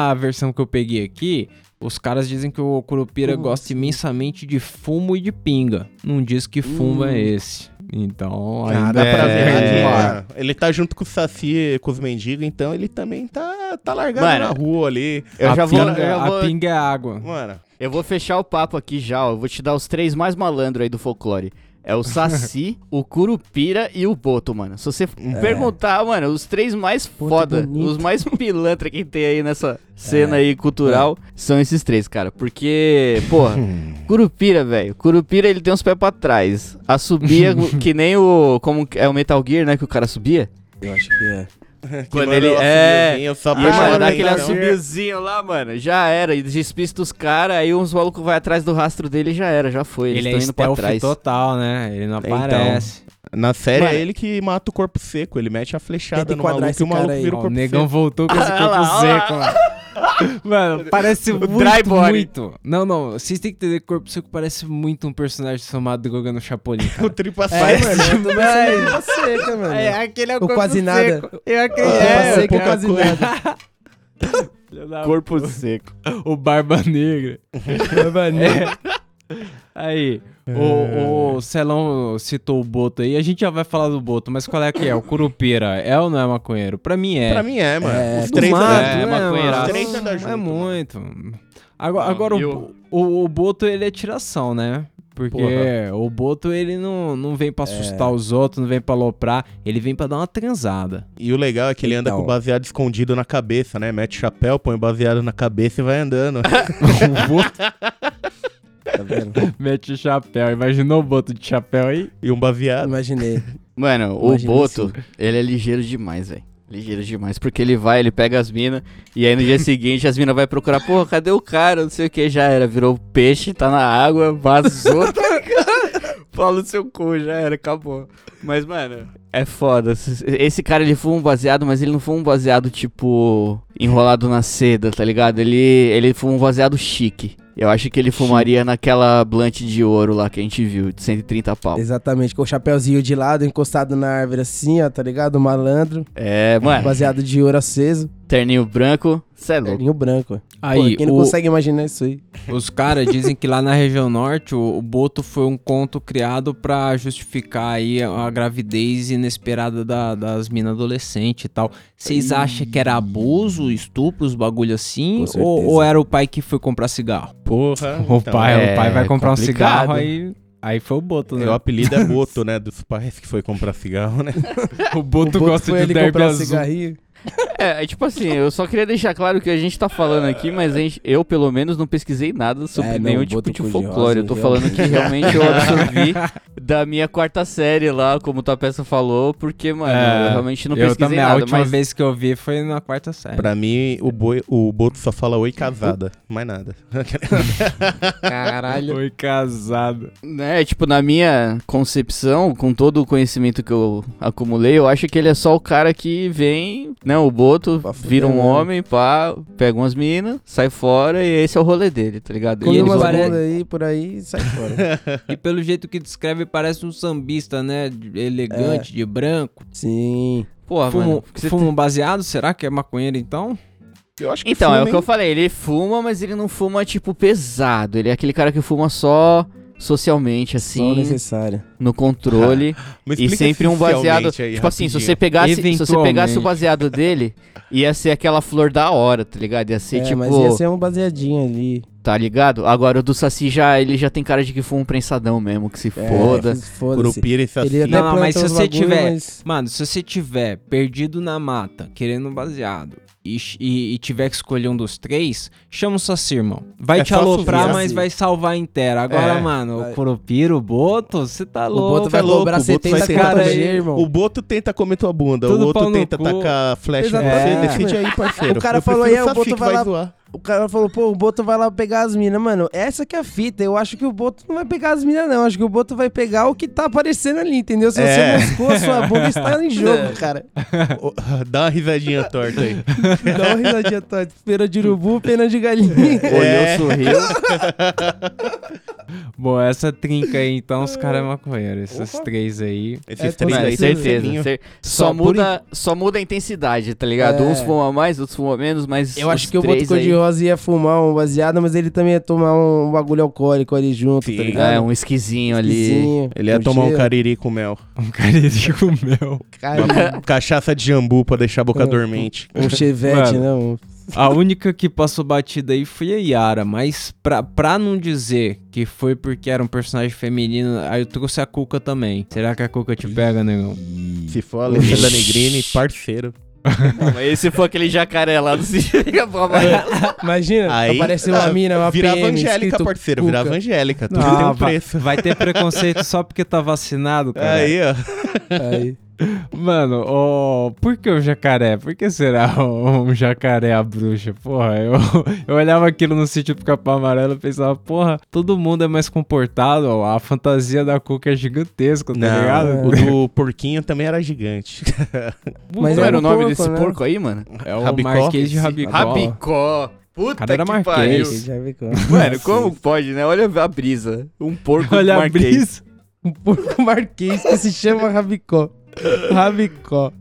S2: na versão que eu peguei aqui, os caras dizem que o Curupira gosta imensamente de fumo e de pinga. Não diz que fumo é
S4: Hum.
S2: esse. Então, aí
S3: Dá pra ver
S2: é,
S3: ali,
S2: é,
S3: mano. Ele tá junto com o Saci, com os mendigos, então ele também tá, tá largado
S4: Mano,
S3: na rua ali.
S4: Eu
S2: a
S4: já, vou,
S2: pinga,
S4: eu, já
S2: a
S4: vou,
S2: pinga é água.
S3: Mano,
S4: eu vou fechar o papo aqui já, ó. Eu vou te dar os três mais malandros aí do folclore. É o Saci, o Curupira e o Boto, mano. Se você perguntar, mano, os três mais foda,
S1: bonito.
S4: os mais pilantra que tem aí nessa cena aí cultural são esses três, cara. Porque, porra, Curupira, velho. Curupira, ele tem uns pés pra trás. A subia que nem o... Como é o Metal Gear, né? Que o cara subia.
S1: Eu acho que é.
S4: Quando
S3: mano,
S4: ele...
S3: eu
S4: É...
S3: assumizinho, eu sou
S4: E,
S3: apaixonado
S4: mano,
S3: por
S4: dá aquele
S3: esse cara.
S4: assobiozinho lá, mano. Já era. E despista os caras, aí uns malucos vai atrás do rastro dele e já era, já foi. Eles
S2: Ele é
S4: estão indo pra
S2: stealth
S4: trás.
S2: total, né? Ele não
S3: Então.
S2: aparece.
S3: Na série
S4: Mano.
S3: é ele que mata o corpo seco, ele mete a flechada
S1: Tenta
S3: no
S1: enquadrar
S3: maluco
S1: esse
S3: e o maluco
S1: cara aí.
S3: vira o
S2: Ó, o
S3: corpo
S2: negão voltou com esse
S4: Ah,
S2: corpo
S4: lá, lá.
S2: seco, mano. Mano, parece muito,
S4: dry body.
S2: muito. Não, não, vocês têm que entender que o corpo seco parece muito um personagem chamado Goga no Chapolin, cara.
S3: seco. O tripa
S1: É,
S3: sai.
S1: mano, eu tô pensando em você, cara, mano.
S3: né?
S2: aquele é
S1: Ou quase nada.
S2: Eu
S1: É,
S2: acredito.
S1: seco,
S3: pouca
S1: quase
S3: coisa.
S1: nada.
S3: É.
S4: Corpo seco.
S2: o Barba Negra. Barba Negra. É. Aí, o, o Celão citou o Boto aí, a gente já vai falar do Boto, mas qual é que é? O Curupira é ou não é maconheiro? Pra mim é.
S3: Pra mim é, mano.
S1: É,
S3: Os
S2: Do
S3: três
S2: mato, né,
S3: é.
S4: maconheiraço.
S2: mano?
S4: Os
S3: três andam junto,
S2: É
S3: mano.
S2: muito. Agora,
S4: Não,
S2: agora o-
S4: eu-
S2: o, o Boto, ele é tiração, né? Porque
S3: Porra.
S2: o Boto, ele não, não vem pra assustar os outros, não vem pra aloprar, ele vem pra dar uma transada.
S3: E o legal é que ele anda
S1: Então.
S3: com o baseado escondido na cabeça, né? Mete chapéu, põe o baseado na cabeça e vai andando.
S2: o Boto
S1: Tá vendo?
S2: mete o chapéu. Imaginou o Boto de chapéu aí?
S3: e um baseado.
S1: Imaginei.
S4: Mano, o
S1: Imagina
S4: Boto, ele é ligeiro demais, velho. Ligeiro demais, porque ele vai, ele pega as minas, e aí no dia seguinte as minas vai procurar, porra, cadê o cara? Não sei o que, já era, virou peixe, tá na água, vazou, tá ligado? Fala o seu cu, já era, acabou. Mas, mano, é foda. Esse cara, ele foi um baseado, mas ele não foi um baseado, tipo, enrolado na seda, tá ligado? Ele, ele foi um baseado chique. Eu acho que ele fumaria naquela blante de ouro lá que a gente viu, de 130 pau.
S1: Exatamente, com o chapéuzinho de lado, encostado na árvore assim, ó, tá ligado? O malandro,
S4: É, mano.
S1: baseado de ouro aceso,
S4: Terninho branco, cê é louco.
S1: terninho branco. ó.
S2: Aí,
S1: Pô, quem não
S2: o-
S1: consegue imaginar isso aí?
S2: os caras dizem que lá na região norte, o, o Boto foi um conto criado pra justificar aí a gravidez inesperada da- das minas adolescentes e tal. Vocês acham que era abuso, estupro, os bagulho assim?
S1: Com
S2: Ou,
S1: certeza.
S2: ou era o pai que foi comprar cigarro?
S3: Porra.
S2: O
S3: então,
S2: pai,
S4: é
S2: o pai vai comprar
S4: complicado.
S2: um cigarro aí. Aí foi o Boto, né?
S3: O apelido é Boto, né? Dos pais que foi comprar cigarro, né?
S2: O Boto
S1: Boto
S2: gosta
S1: foi
S2: de
S1: ali
S2: derby
S1: comprar um
S2: azul.
S1: cigarrinho.
S4: É, é tipo assim, eu só queria deixar claro que a gente tá falando aqui, mas a gente, eu, pelo menos, não pesquisei nada sobre
S1: É, não,
S4: nenhum tipo
S1: Boto
S4: de
S1: Cu de
S4: folclore.
S1: Rosa,
S4: Eu tô falando que realmente eu absorvi da minha quarta série lá, como o Tapeça falou, porque, mano, eu realmente não
S2: eu
S4: pesquisei
S2: também,
S4: nada.
S2: A última
S4: mas...
S2: vez que eu vi foi na quarta série.
S3: Pra mim, o, boi, o Boto só fala oi casada, mais nada.
S1: Caralho.
S2: Foi casado.
S4: né, tipo, na minha concepção, com todo o conhecimento que eu acumulei, eu acho que ele é só o cara que vem, né, o boto,
S1: Pra fuder,
S4: vira um
S1: né?
S4: homem, pá, pega umas minas, sai fora e esse é o rolê dele, tá ligado?
S1: Come
S4: e ele
S1: umas
S4: gosta-
S2: pare-
S1: bundas aí, por aí, e sai fora.
S2: E pelo jeito que descreve, parece um sambista, né? De-
S1: É.
S2: Elegante, de branco.
S1: Sim.
S4: Porra,
S2: Fumo,
S4: mano, você-
S2: fumo baseado? Será que é maconheiro então?
S3: Eu acho
S4: Então, é o
S3: fuma,
S4: que eu
S3: hein?
S4: falei, ele fuma, mas ele não fuma, tipo, pesado. Ele é aquele cara que fuma só socialmente,
S1: Só o
S4: assim,
S1: necessário.
S4: no controle.
S3: Me
S4: e
S3: explica
S4: sempre um baseado.
S3: oficialmente aí,
S4: tipo assim, se
S3: rapidinho.
S4: você, pegasse, se você pegasse
S2: Eventualmente.
S4: o baseado dele, ia ser aquela flor da hora, tá ligado? Ia ser,
S1: é,
S4: tipo,
S1: mas ia ser um baseadinho ali.
S4: tá ligado? Agora o do Saci já, ele já tem cara de que fuma um prensadão mesmo, que se
S1: É,
S4: foda.
S1: Foda-se.
S3: Curupira e
S1: Ele
S3: saci.
S1: até
S2: assim. Não, não, mas
S1: planta
S2: se
S1: uns
S2: você
S1: bagulho,
S2: tiver-
S1: mas-
S2: Mano, se você tiver perdido na mata, querendo um baseado, e, ch- e- e tiver que escolher um dos três, chama o Saci, irmão. Vai
S3: É
S2: te
S3: só
S2: aloprar,
S1: assumir,
S2: mas
S1: Saci.
S2: vai salvar inteira. Agora,
S3: É,
S2: mano,
S1: assim. vai.
S2: o Curupira, o Boto, você tá
S1: O
S2: louco.
S1: Boto vai
S3: é louco, o
S1: cobrar
S3: Boto
S1: 70
S3: vai
S1: conto
S2: cara
S1: de
S2: aí.
S1: dinheiro, irmão.
S3: O Boto tenta comer tua bunda,
S2: Tudo
S3: o
S2: pau
S3: outro
S2: no
S3: tenta
S2: cu.
S3: tacar flecha em
S1: Exatamente.
S3: você. Decide aí, parceiro.
S1: O cara
S3: Eu
S1: falou,
S3: prefiro
S1: "É, o
S3: Saci
S1: Boto
S3: que
S1: vai lá-
S3: zoar."
S1: O cara falou, pô, o Boto vai lá pegar as minas. Mano, essa que é a fita. Eu acho que o Boto não vai pegar as minas, não. Acho que o Boto vai pegar o que tá aparecendo ali, entendeu? Se
S3: É.
S1: você moscou, a sua bunda está em jogo, cara.
S3: Ô, Dá uma risadinha torta aí.
S1: Dá uma risadinha, tá? Pena de urubu, pena de galinha.
S4: Olhou,
S3: É.
S4: sorriu.
S2: Bom, essa trinca aí, então, os caras é maconheiro. Esses três aí.
S3: Esses
S1: com certeza.
S3: três aí. um
S4: É,
S3: são
S4: certeza.
S3: velhinho.
S4: cer- Só,
S1: Só por
S4: muda, só muda a intensidade, tá ligado?
S1: É.
S4: Uns fumam mais, outros fumam menos, mas.
S1: Eu acho
S4: os
S1: que o Boto
S4: três aí-
S1: Cor-de-Rosa ia fumar um baseado, mas ele também ia tomar um bagulho alcoólico ali junto,
S3: Sim.
S1: tá ligado?
S4: É, um esquisinho ali.
S1: Vizinho,
S3: Ele ia
S1: um
S3: tomar um
S1: cheiro.
S3: cariri com mel.
S2: Um cariri com mel.
S1: Cara,
S3: Uma Cachaça de jambu pra deixar a boca dormente.
S1: um chevette,
S2: Mano.
S1: né? Um-
S2: A única que passou batida aí foi a Yara, mas pra, pra não dizer que foi porque era um personagem feminino, aí eu trouxe a Cuca também. Será que a Cuca te pega, negão?
S3: Se for a Alessandra Negrini, parceiro.
S4: Não, mas esse foi aquele jacaré lá do
S2: É,
S4: Cílica
S1: Imagina,
S3: Aí,
S1: apareceu uma
S3: ah,
S1: mina, uma
S3: Virar
S1: PM,
S3: evangélica,
S1: escrito
S3: parceiro.
S1: Cuca.
S3: Virar evangélica. Tudo
S2: Não,
S3: tem um
S2: vai,
S3: preço.
S2: vai ter preconceito só porque tá vacinado, cara.
S3: Aí, ó.
S1: Aí.
S2: Mano, ó, por que o jacaré? Por que será um jacaré a bruxa? Porra, eu, eu olhava aquilo no sítio do Capão Amarelo e pensava, porra, todo mundo é mais comportado, ó, a fantasia da Cuca é gigantesca, tá ligado?
S3: Não, o do porquinho também era gigante.
S1: Mas
S4: Não
S1: era
S4: era o
S1: um
S4: nome
S1: porco,
S4: desse
S1: né?
S4: porco aí, mano?
S2: É o
S3: Rabicó?
S2: Marquês de Rabicó.
S4: Rabicó. Puta
S2: Cara, era
S4: que
S2: Marquês.
S3: É
S4: pariu.
S1: Esse já me conta.
S4: Mano, como pode, né? Olha a brisa. Um porco
S2: Olha a
S4: marquês.
S2: brisa.
S1: Um porco marquês que se chama Rabicó. Rabicó.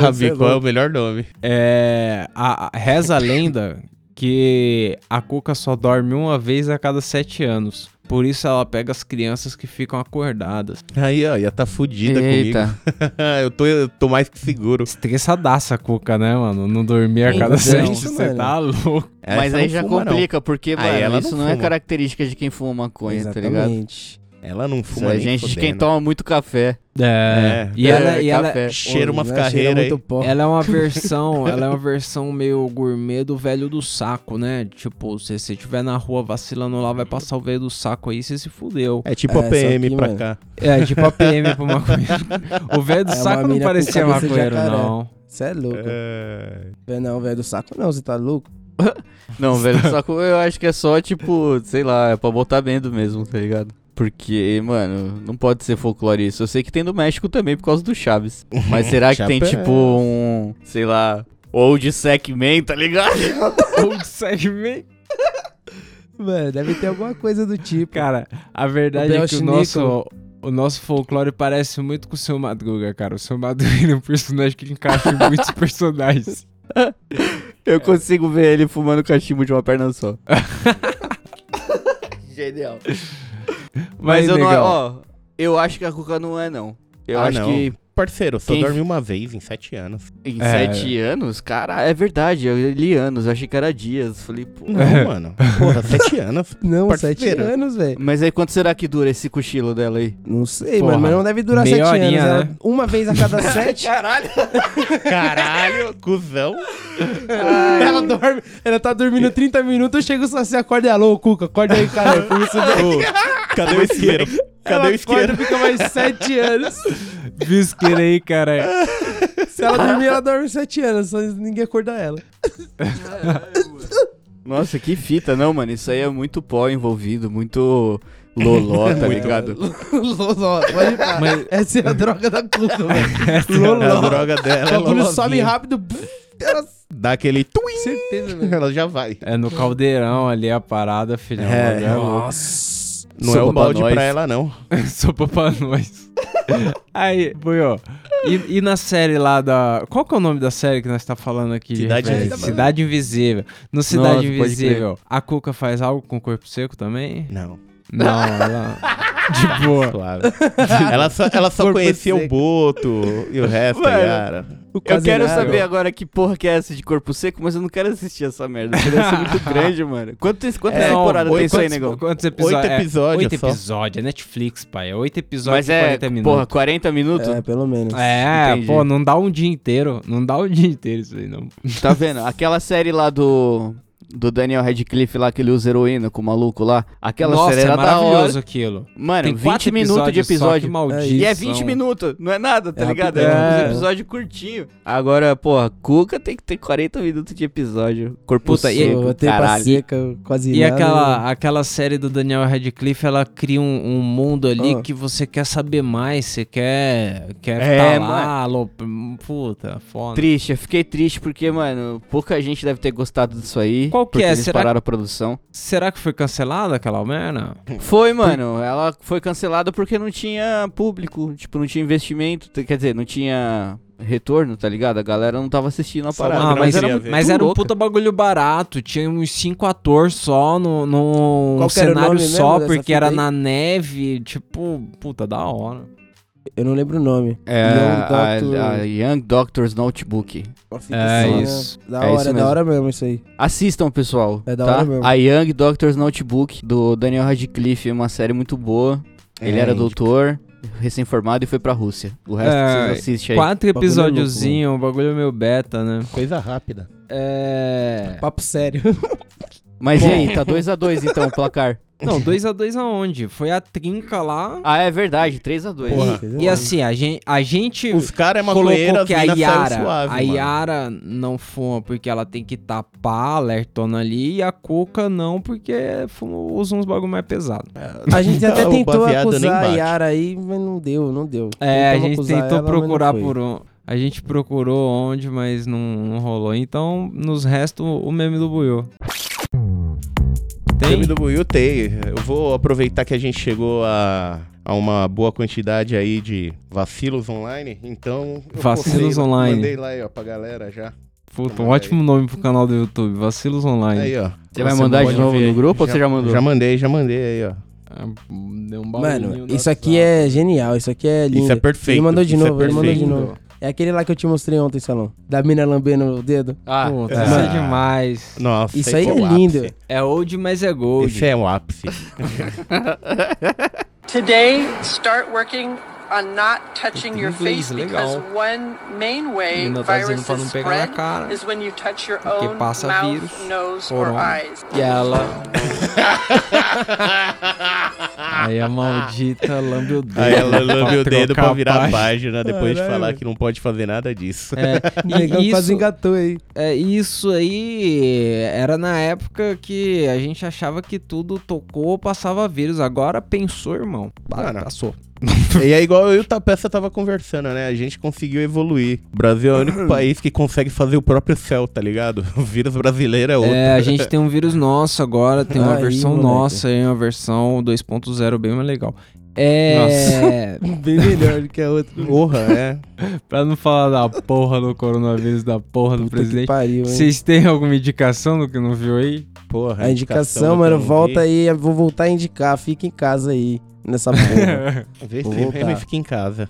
S3: Rabicó é o melhor nome.
S2: É, a, a- reza a lenda que a Cuca só dorme uma vez a cada sete anos. Por isso ela pega as crianças que ficam acordadas.
S3: Aí, ó, ia tá fudida comigo.
S4: Eita.
S3: eu, tô, eu tô mais que seguro.
S2: Estressadaça a Cuca, né, mano? Não dormir a
S1: Então,
S3: é
S2: cada sete,
S1: isso,
S2: você
S1: mano.
S2: tá louco.
S3: Essa
S4: Mas aí
S3: não
S4: já
S3: fuma, não.
S4: complica, porque,
S3: Aí
S4: mano,
S3: ela
S4: isso
S3: não
S4: não é
S3: fuma.
S4: característica de quem fuma maconha, tá ligado?
S1: Exatamente.
S3: Ela não
S4: Isso
S3: fuma
S4: é
S3: nem
S4: gente de quem
S3: fudendo.
S4: toma muito café.
S2: É.
S3: É.
S2: E ela,
S4: É,
S2: e ela,
S4: café.
S3: Cheira umas
S1: Né? Cheira
S3: carreiras aí.
S1: muito pó.
S2: ela é uma versão, ela é uma versão meio gourmet do velho do saco, né? Tipo, se você estiver na rua vacilando lá, vai passar o velho do saco aí, você se fudeu.
S3: É tipo
S1: É,
S3: a PM
S1: só que,
S3: pra
S1: mano,
S3: cá.
S2: É, tipo a PM pro maconheiro. O velho do
S1: É uma
S2: saco não
S1: mina com
S2: parecia
S1: cabeça de
S2: maconheiro,
S1: jacaré.
S2: não.
S1: Você é louco.
S3: É...
S1: Vé, Não, velho, do saco não, você tá louco?
S4: Não, velho, só que eu acho que é só, tipo, sei lá, é pra botar medo mesmo, tá ligado? Porque, mano, não pode ser folclore isso. Eu sei que tem do México também por causa do Chaves. Mas será que tem,
S3: Chapéu.
S4: tipo, um, sei lá, Old Sack Man, tá ligado?
S2: Ou segue bem.
S1: Mano, deve ter alguma coisa do tipo.
S2: Cara, a
S1: O
S2: verdade é que o
S1: Belchinico.
S2: nosso, o nosso folclore parece muito com o seu Madruga, cara. O seu Madruga é um personagem que encaixa em muitos personagens.
S4: Eu consigo ver ele fumando cachimbo de uma perna só. Genial. Mas eu não,
S2: legal.
S4: ó, eu acho que a Cuca não é, não. Eu
S3: Ah,
S4: acho
S3: não.
S4: que
S3: Parceiro, só
S4: Quem-
S3: dormi uma vez em sete anos.
S4: Em
S2: É.
S4: sete anos? Cara, é verdade. Eu li anos, eu achei que era dias. Falei, pô.
S3: Não, mano. Porra, sete anos.
S1: Não, sete
S3: Parceiro.
S1: anos, velho.
S4: Mas aí quanto será que dura esse cochilo dela aí?
S1: Não sei,
S2: Porra.
S1: mano, mas não deve durar sete
S2: Meia horinha,
S1: anos. ela-
S2: né?
S1: Uma vez a cada sete,
S4: Caralho!
S3: Caralho, cuzão.
S1: ela dorme. Ela tá dormindo 30 minutos, eu chego só assim, acorda e alô, Cuca, acorda aí, cara. Por isso
S3: Ô, tipo, cadê o isqueiro? Cadê
S1: ela acorda
S3: o
S1: e
S3: isqueiro?
S1: fica mais sete anos.
S2: Bisqueira aí, cara. é,
S1: Se ela dormir, ela dorme sete anos, só ninguém acordar ela.
S4: Nossa, que fita, não, mano. Isso aí é muito pó envolvido, muito loló, tá ligado?
S1: Loló, pode parar.
S2: Mas-
S1: Essa é a droga da Cuca, velho.
S3: A
S1: Loló.
S3: droga dela.
S1: O
S3: é
S1: bagulho
S3: lolozinho.
S1: sobe rápido, pff, ela...
S3: Dá aquele twin,
S1: certeza, velho.
S3: ela já vai.
S2: É no caldeirão ali a parada, filhão.
S3: É.
S2: Agora-
S1: Nossa.
S3: Não é
S4: Sopa
S3: o balde
S4: pra nós.
S3: pra ela, não.
S2: Sopa pra nós. Aí, Buiô, e, e na série lá da... Qual que é o nome da série que nós tá falando aqui? de
S3: Cidade
S2: referência?
S3: Invisível.
S2: Cidade Invisível. No Cidade
S4: Nossa, pode crer.
S2: Invisível, a Cuca faz algo com o corpo seco também?
S3: Não,
S2: Não, ela... De boa.
S3: claro. ela só, ela só
S1: Corpo
S3: conhecia o
S1: seco.
S3: Boto e o resto,
S4: Mano.
S3: cara.
S4: Eu quero
S1: Caseirado.
S4: saber agora que porra que é essa de corpo seco, mas eu não quero assistir essa merda. porque Deve ser muito grande, mano. Quantas, quantas
S2: É,
S4: temporadas
S2: oito-
S4: tem isso aí,
S2: quantos-
S4: negão?
S2: Quantos episódios?
S3: Oito
S2: É,
S3: episódios
S2: Oito
S3: só.
S2: episódios, é Netflix, pai. É Oito episódios
S4: Mas
S2: de
S4: é,
S2: 40 minutos.
S4: porra, 40 minutos?
S1: É, pelo menos.
S2: É,
S4: Entendi.
S2: pô, não dá um dia inteiro. Não dá um dia inteiro isso aí, não.
S4: Tá vendo? Aquela série lá do. Do Daniel Radcliffe lá que ele usa heroína com o maluco lá. Aquela
S2: Nossa,
S4: série era
S2: é
S4: da
S2: maravilhoso
S4: hora.
S2: aquilo.
S4: Mano,
S2: Tem
S4: 20
S2: quatro
S4: minutos de
S2: episódios só, que
S4: episódio.
S2: maldição.
S4: E é 20 minutos, não é nada, tá
S1: É
S4: ligado?
S1: rapidão.
S4: É
S2: É.
S4: um episódio curtinho. Agora, porra, Cuca tem que ter 40 minutos de episódio. Corpo
S2: Puta, e-
S4: seco,
S1: Sou, tempa
S4: caralho.
S1: seca, quase
S2: E
S1: nada.
S2: aquela, aquela série do Daniel Radcliffe, ela cria um, um mundo ali
S1: Ah.
S2: que você quer saber mais, você quer, quer
S4: É,
S2: ficar lá, lo- puta, foda.
S4: Triste, eu fiquei triste porque, mano, pouca gente deve ter gostado disso aí.
S2: Qual que
S4: porque
S2: é?
S4: Eles
S2: Será
S4: pararam a produção.
S2: Será que foi cancelada aquela merda?
S4: Foi, mano. Ela foi cancelada porque não tinha público. Tipo, não tinha investimento. t- Quer dizer, não tinha retorno, tá ligado? A galera não tava assistindo a
S3: Só uma
S4: parada.
S2: Ah,
S3: grana
S2: mas
S3: eu
S2: era,
S3: queria
S2: um-
S3: ver.
S2: mas era um
S4: louca.
S2: puta bagulho barato. Tinha uns cinco atores só no, num
S1: Qual que era o
S2: cenário
S1: nome mesmo
S2: só,
S1: dessa
S2: porque
S1: fita
S2: era
S1: aí?
S2: na neve. Tipo, puta, da hora.
S1: Eu não lembro o nome.
S2: Ah,
S4: É,
S1: Young
S4: a, a Young Doctor's Notebook.
S1: Uma fita
S2: É
S1: assim, né?
S2: isso.
S1: Da
S4: É
S1: hora,
S4: isso
S1: da
S4: mesmo.
S1: hora mesmo isso aí.
S4: Assistam, pessoal.
S1: É da
S4: tá?
S1: hora mesmo.
S4: A Young Doctor's Notebook, do Daniel Radcliffe, é uma série muito boa. Ele
S3: É,
S4: era
S3: gente.
S4: doutor, recém-formado e foi pra Rússia. O resto
S2: É,
S4: vocês assistem aí.
S2: Quatro
S1: Bagulho
S2: episódiozinho, um bagulho meio beta, né?
S3: Coisa rápida.
S2: É.
S1: Papo sério.
S4: Mas e aí, tá 2x2 então o placar.
S2: Não, 2x2 aonde? Foi a trinca lá.
S4: Ah, é verdade, 3x2.
S3: Porra.
S2: E assim, a gente, a gente
S3: Os caras é
S2: colocou
S3: maconheira,
S2: que a
S3: mina saiu
S2: Yara,
S3: suave,
S2: a
S3: mano.
S2: Yara não fuma porque ela tem que tapar a alertona ali e a Coca não porque fuma, usa uns bagulho mais pesado.
S1: A gente até
S3: O
S1: tentou
S3: baseado nem
S1: acusar a
S3: bate.
S1: Yara aí, mas não deu, não deu.
S2: É, a
S1: Tentamos
S2: gente
S1: acusar
S2: tentou
S1: ela, mas não
S2: procurar
S1: foi.
S2: por um. A gente procurou onde, mas não, não rolou. Então, nos resta o o meme do Buiô.
S3: O
S2: Tem?
S3: filme do Buiu tem. Eu vou aproveitar que a gente chegou a, a uma boa quantidade aí de vacilos online, então... eu
S2: Vacilos
S3: postei,
S2: online.
S3: Mandei lá aí, ó, pra galera já.
S2: Puta, um ótimo nome pro canal do YouTube. Vacilos Online.
S3: Aí, ó.
S4: Você vai mandar de
S3: pode
S4: novo
S3: ver
S4: no
S3: aí.
S4: grupo ou você já mandou?
S3: Já mandei, já mandei aí, ó.
S2: Ah, Deu um
S1: Mano, isso aqui é genial, isso aqui é lindo.
S3: Isso é perfeito.
S1: Ele mandou de
S3: isso é
S1: novo, ele mandou de
S3: perfeito.
S1: novo. É aquele lá que eu te mostrei ontem, Salão. Da mina lambendo o dedo.
S4: Ah,
S2: Puta,
S3: é.
S2: isso é demais.
S3: Nossa,
S1: Isso
S3: esse
S1: aí é
S3: o ápice.
S1: lindo.
S2: É old, mas é gold.
S3: Esse é o ápice.
S5: Today, start working on not touching
S2: Puta,
S5: your
S2: inglês,
S5: face because
S2: legal.
S5: one main way
S2: Menina tá dizendo pra
S5: viruses
S2: não pegar na
S5: spread
S2: cara,
S5: is when you touch your
S2: porque
S5: own
S2: passa
S5: mouth,
S2: vírus,
S5: nose, or
S2: corona.
S5: eyes.
S2: E ela. Aí a maldita lambe o dedo.
S3: Aí ela lambe o dedo pra
S2: trocar a
S3: virar a
S2: página.
S3: página, depois de
S1: Caralho.
S3: falar que não pode fazer nada disso.
S2: É,
S1: O
S2: e
S1: negão quase
S2: isso,
S1: engatou aí.
S2: é, isso aí era na época que a gente achava que tudo tocou, passava vírus. Agora pensou, irmão. Para,
S3: Cara.
S2: passou.
S3: E é igual eu e o Tapeça tava conversando, né? A gente conseguiu evoluir. O Brasil é o único país que consegue fazer o próprio céu, tá ligado? O vírus brasileiro é outro.
S2: É, a gente tem um vírus nosso agora, tem uma
S1: Aí,
S2: versão
S1: moleque.
S2: nossa e uma versão 2.0 bem mais legal. É.
S1: Bem melhor do que a outra.
S3: Porra, é.
S2: pra não falar da porra do coronavírus, da porra do
S1: Que
S2: presidente.
S1: pariu, hein?
S2: Vocês têm alguma indicação do que não viu aí?
S3: Porra.
S1: A indicação, mano, volta aí. eu Vou voltar a indicar. Fica em casa aí. Nessa porra.
S3: Vê
S1: Vou
S3: se mesmo e
S1: voltar.
S3: fica em casa.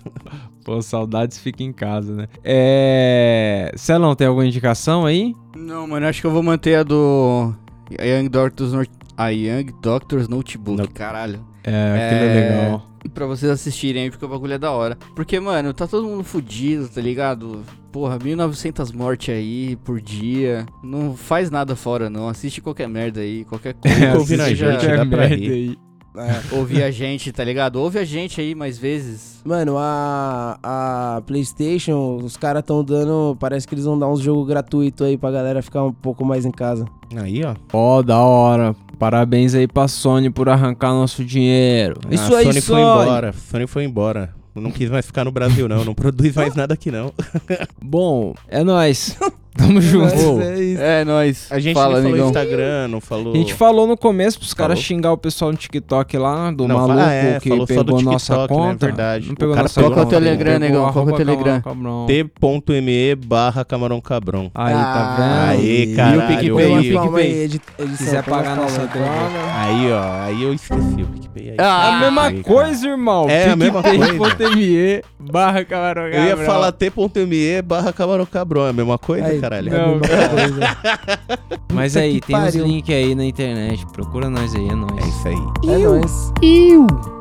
S2: Pô, saudades fica em casa, né? É. Celão, tem alguma indicação aí?
S4: Não, mano, eu acho que eu vou manter a do Young Doctors, Not- a Young Doctors Notebook, caralho.
S2: É, aquilo é,
S4: É.
S2: legal.
S4: Pra vocês assistirem aí, porque o bagulho é da hora. Porque, mano, tá todo mundo fudido, tá ligado? Porra, 1900 mortes aí por dia. Não faz nada fora, não. Assiste qualquer merda aí, qualquer coisa.
S3: É, ouvindo a
S4: Seja-
S3: gente, dá pra rir.
S2: aí.
S4: Ouvir a gente, tá ligado? Ouve a gente aí mais vezes.
S1: Mano, a, a PlayStation, os caras tão dando. Parece que eles vão dar uns jogos gratuitos aí pra galera ficar um pouco mais em casa.
S3: Aí, ó.
S2: Ó, da hora. Parabéns aí pra Sony por arrancar nosso dinheiro.
S1: Isso
S3: a
S1: aí,
S3: Sony foi
S1: Sony.
S3: embora. Sony foi embora. Não quis mais ficar no Brasil, não. Não produz mais nada aqui, não.
S2: Bom, é nóis. Tamo junto.
S1: Mas é isso.
S4: É, nós.
S3: A gente
S4: Fala,
S3: nem falou
S4: amigão.
S3: Instagram, não falou.
S2: A gente falou no começo pros caras
S3: Falou.
S2: xingar o pessoal no TikTok lá, do
S3: Não, fala-
S2: maluco
S3: ah, é,
S2: que
S3: falou só do
S2: pegou nossa
S3: TikTok, né?
S2: conta.
S3: Verdade.
S2: Não
S3: O
S2: pegou
S3: cara
S2: nossa
S3: pegou-
S2: conta.
S3: Qual que é o
S2: pegou
S4: Telegram, negão? Qual que é o
S2: arroba
S4: Telegram?
S2: Camarão Cabrão.
S3: T.me barra camarão cabrão.
S2: Aí, tá
S1: Ah,
S2: vendo?
S3: Aê,
S2: E o
S3: caralho,
S2: PicPay, e
S3: aí,
S1: Palma,
S2: o PicPay.
S1: palma aí, edi- edição,
S2: quiser
S1: palma,
S2: pagar né?
S1: palma,
S2: nossa
S1: palma.
S2: droga.
S3: Aí, ó. Aí eu esqueci o PicPay. Aí.
S4: Ah,
S2: É a mesma
S3: aí, cara.
S2: coisa, irmão.
S3: É a mesma
S2: PicPay.me barra
S3: Eu ia falar t.me barra camarão cabrão. É a mesma coisa,
S1: Aí,
S3: caralho?
S1: é a
S2: Não,
S1: mesma coisa.
S2: Mas
S1: Puta
S2: aí,
S1: que
S2: tem os
S1: pariu.
S2: links aí na internet. Procura nós aí, é nóis.
S3: É isso aí.
S1: É nóis.
S2: Iu!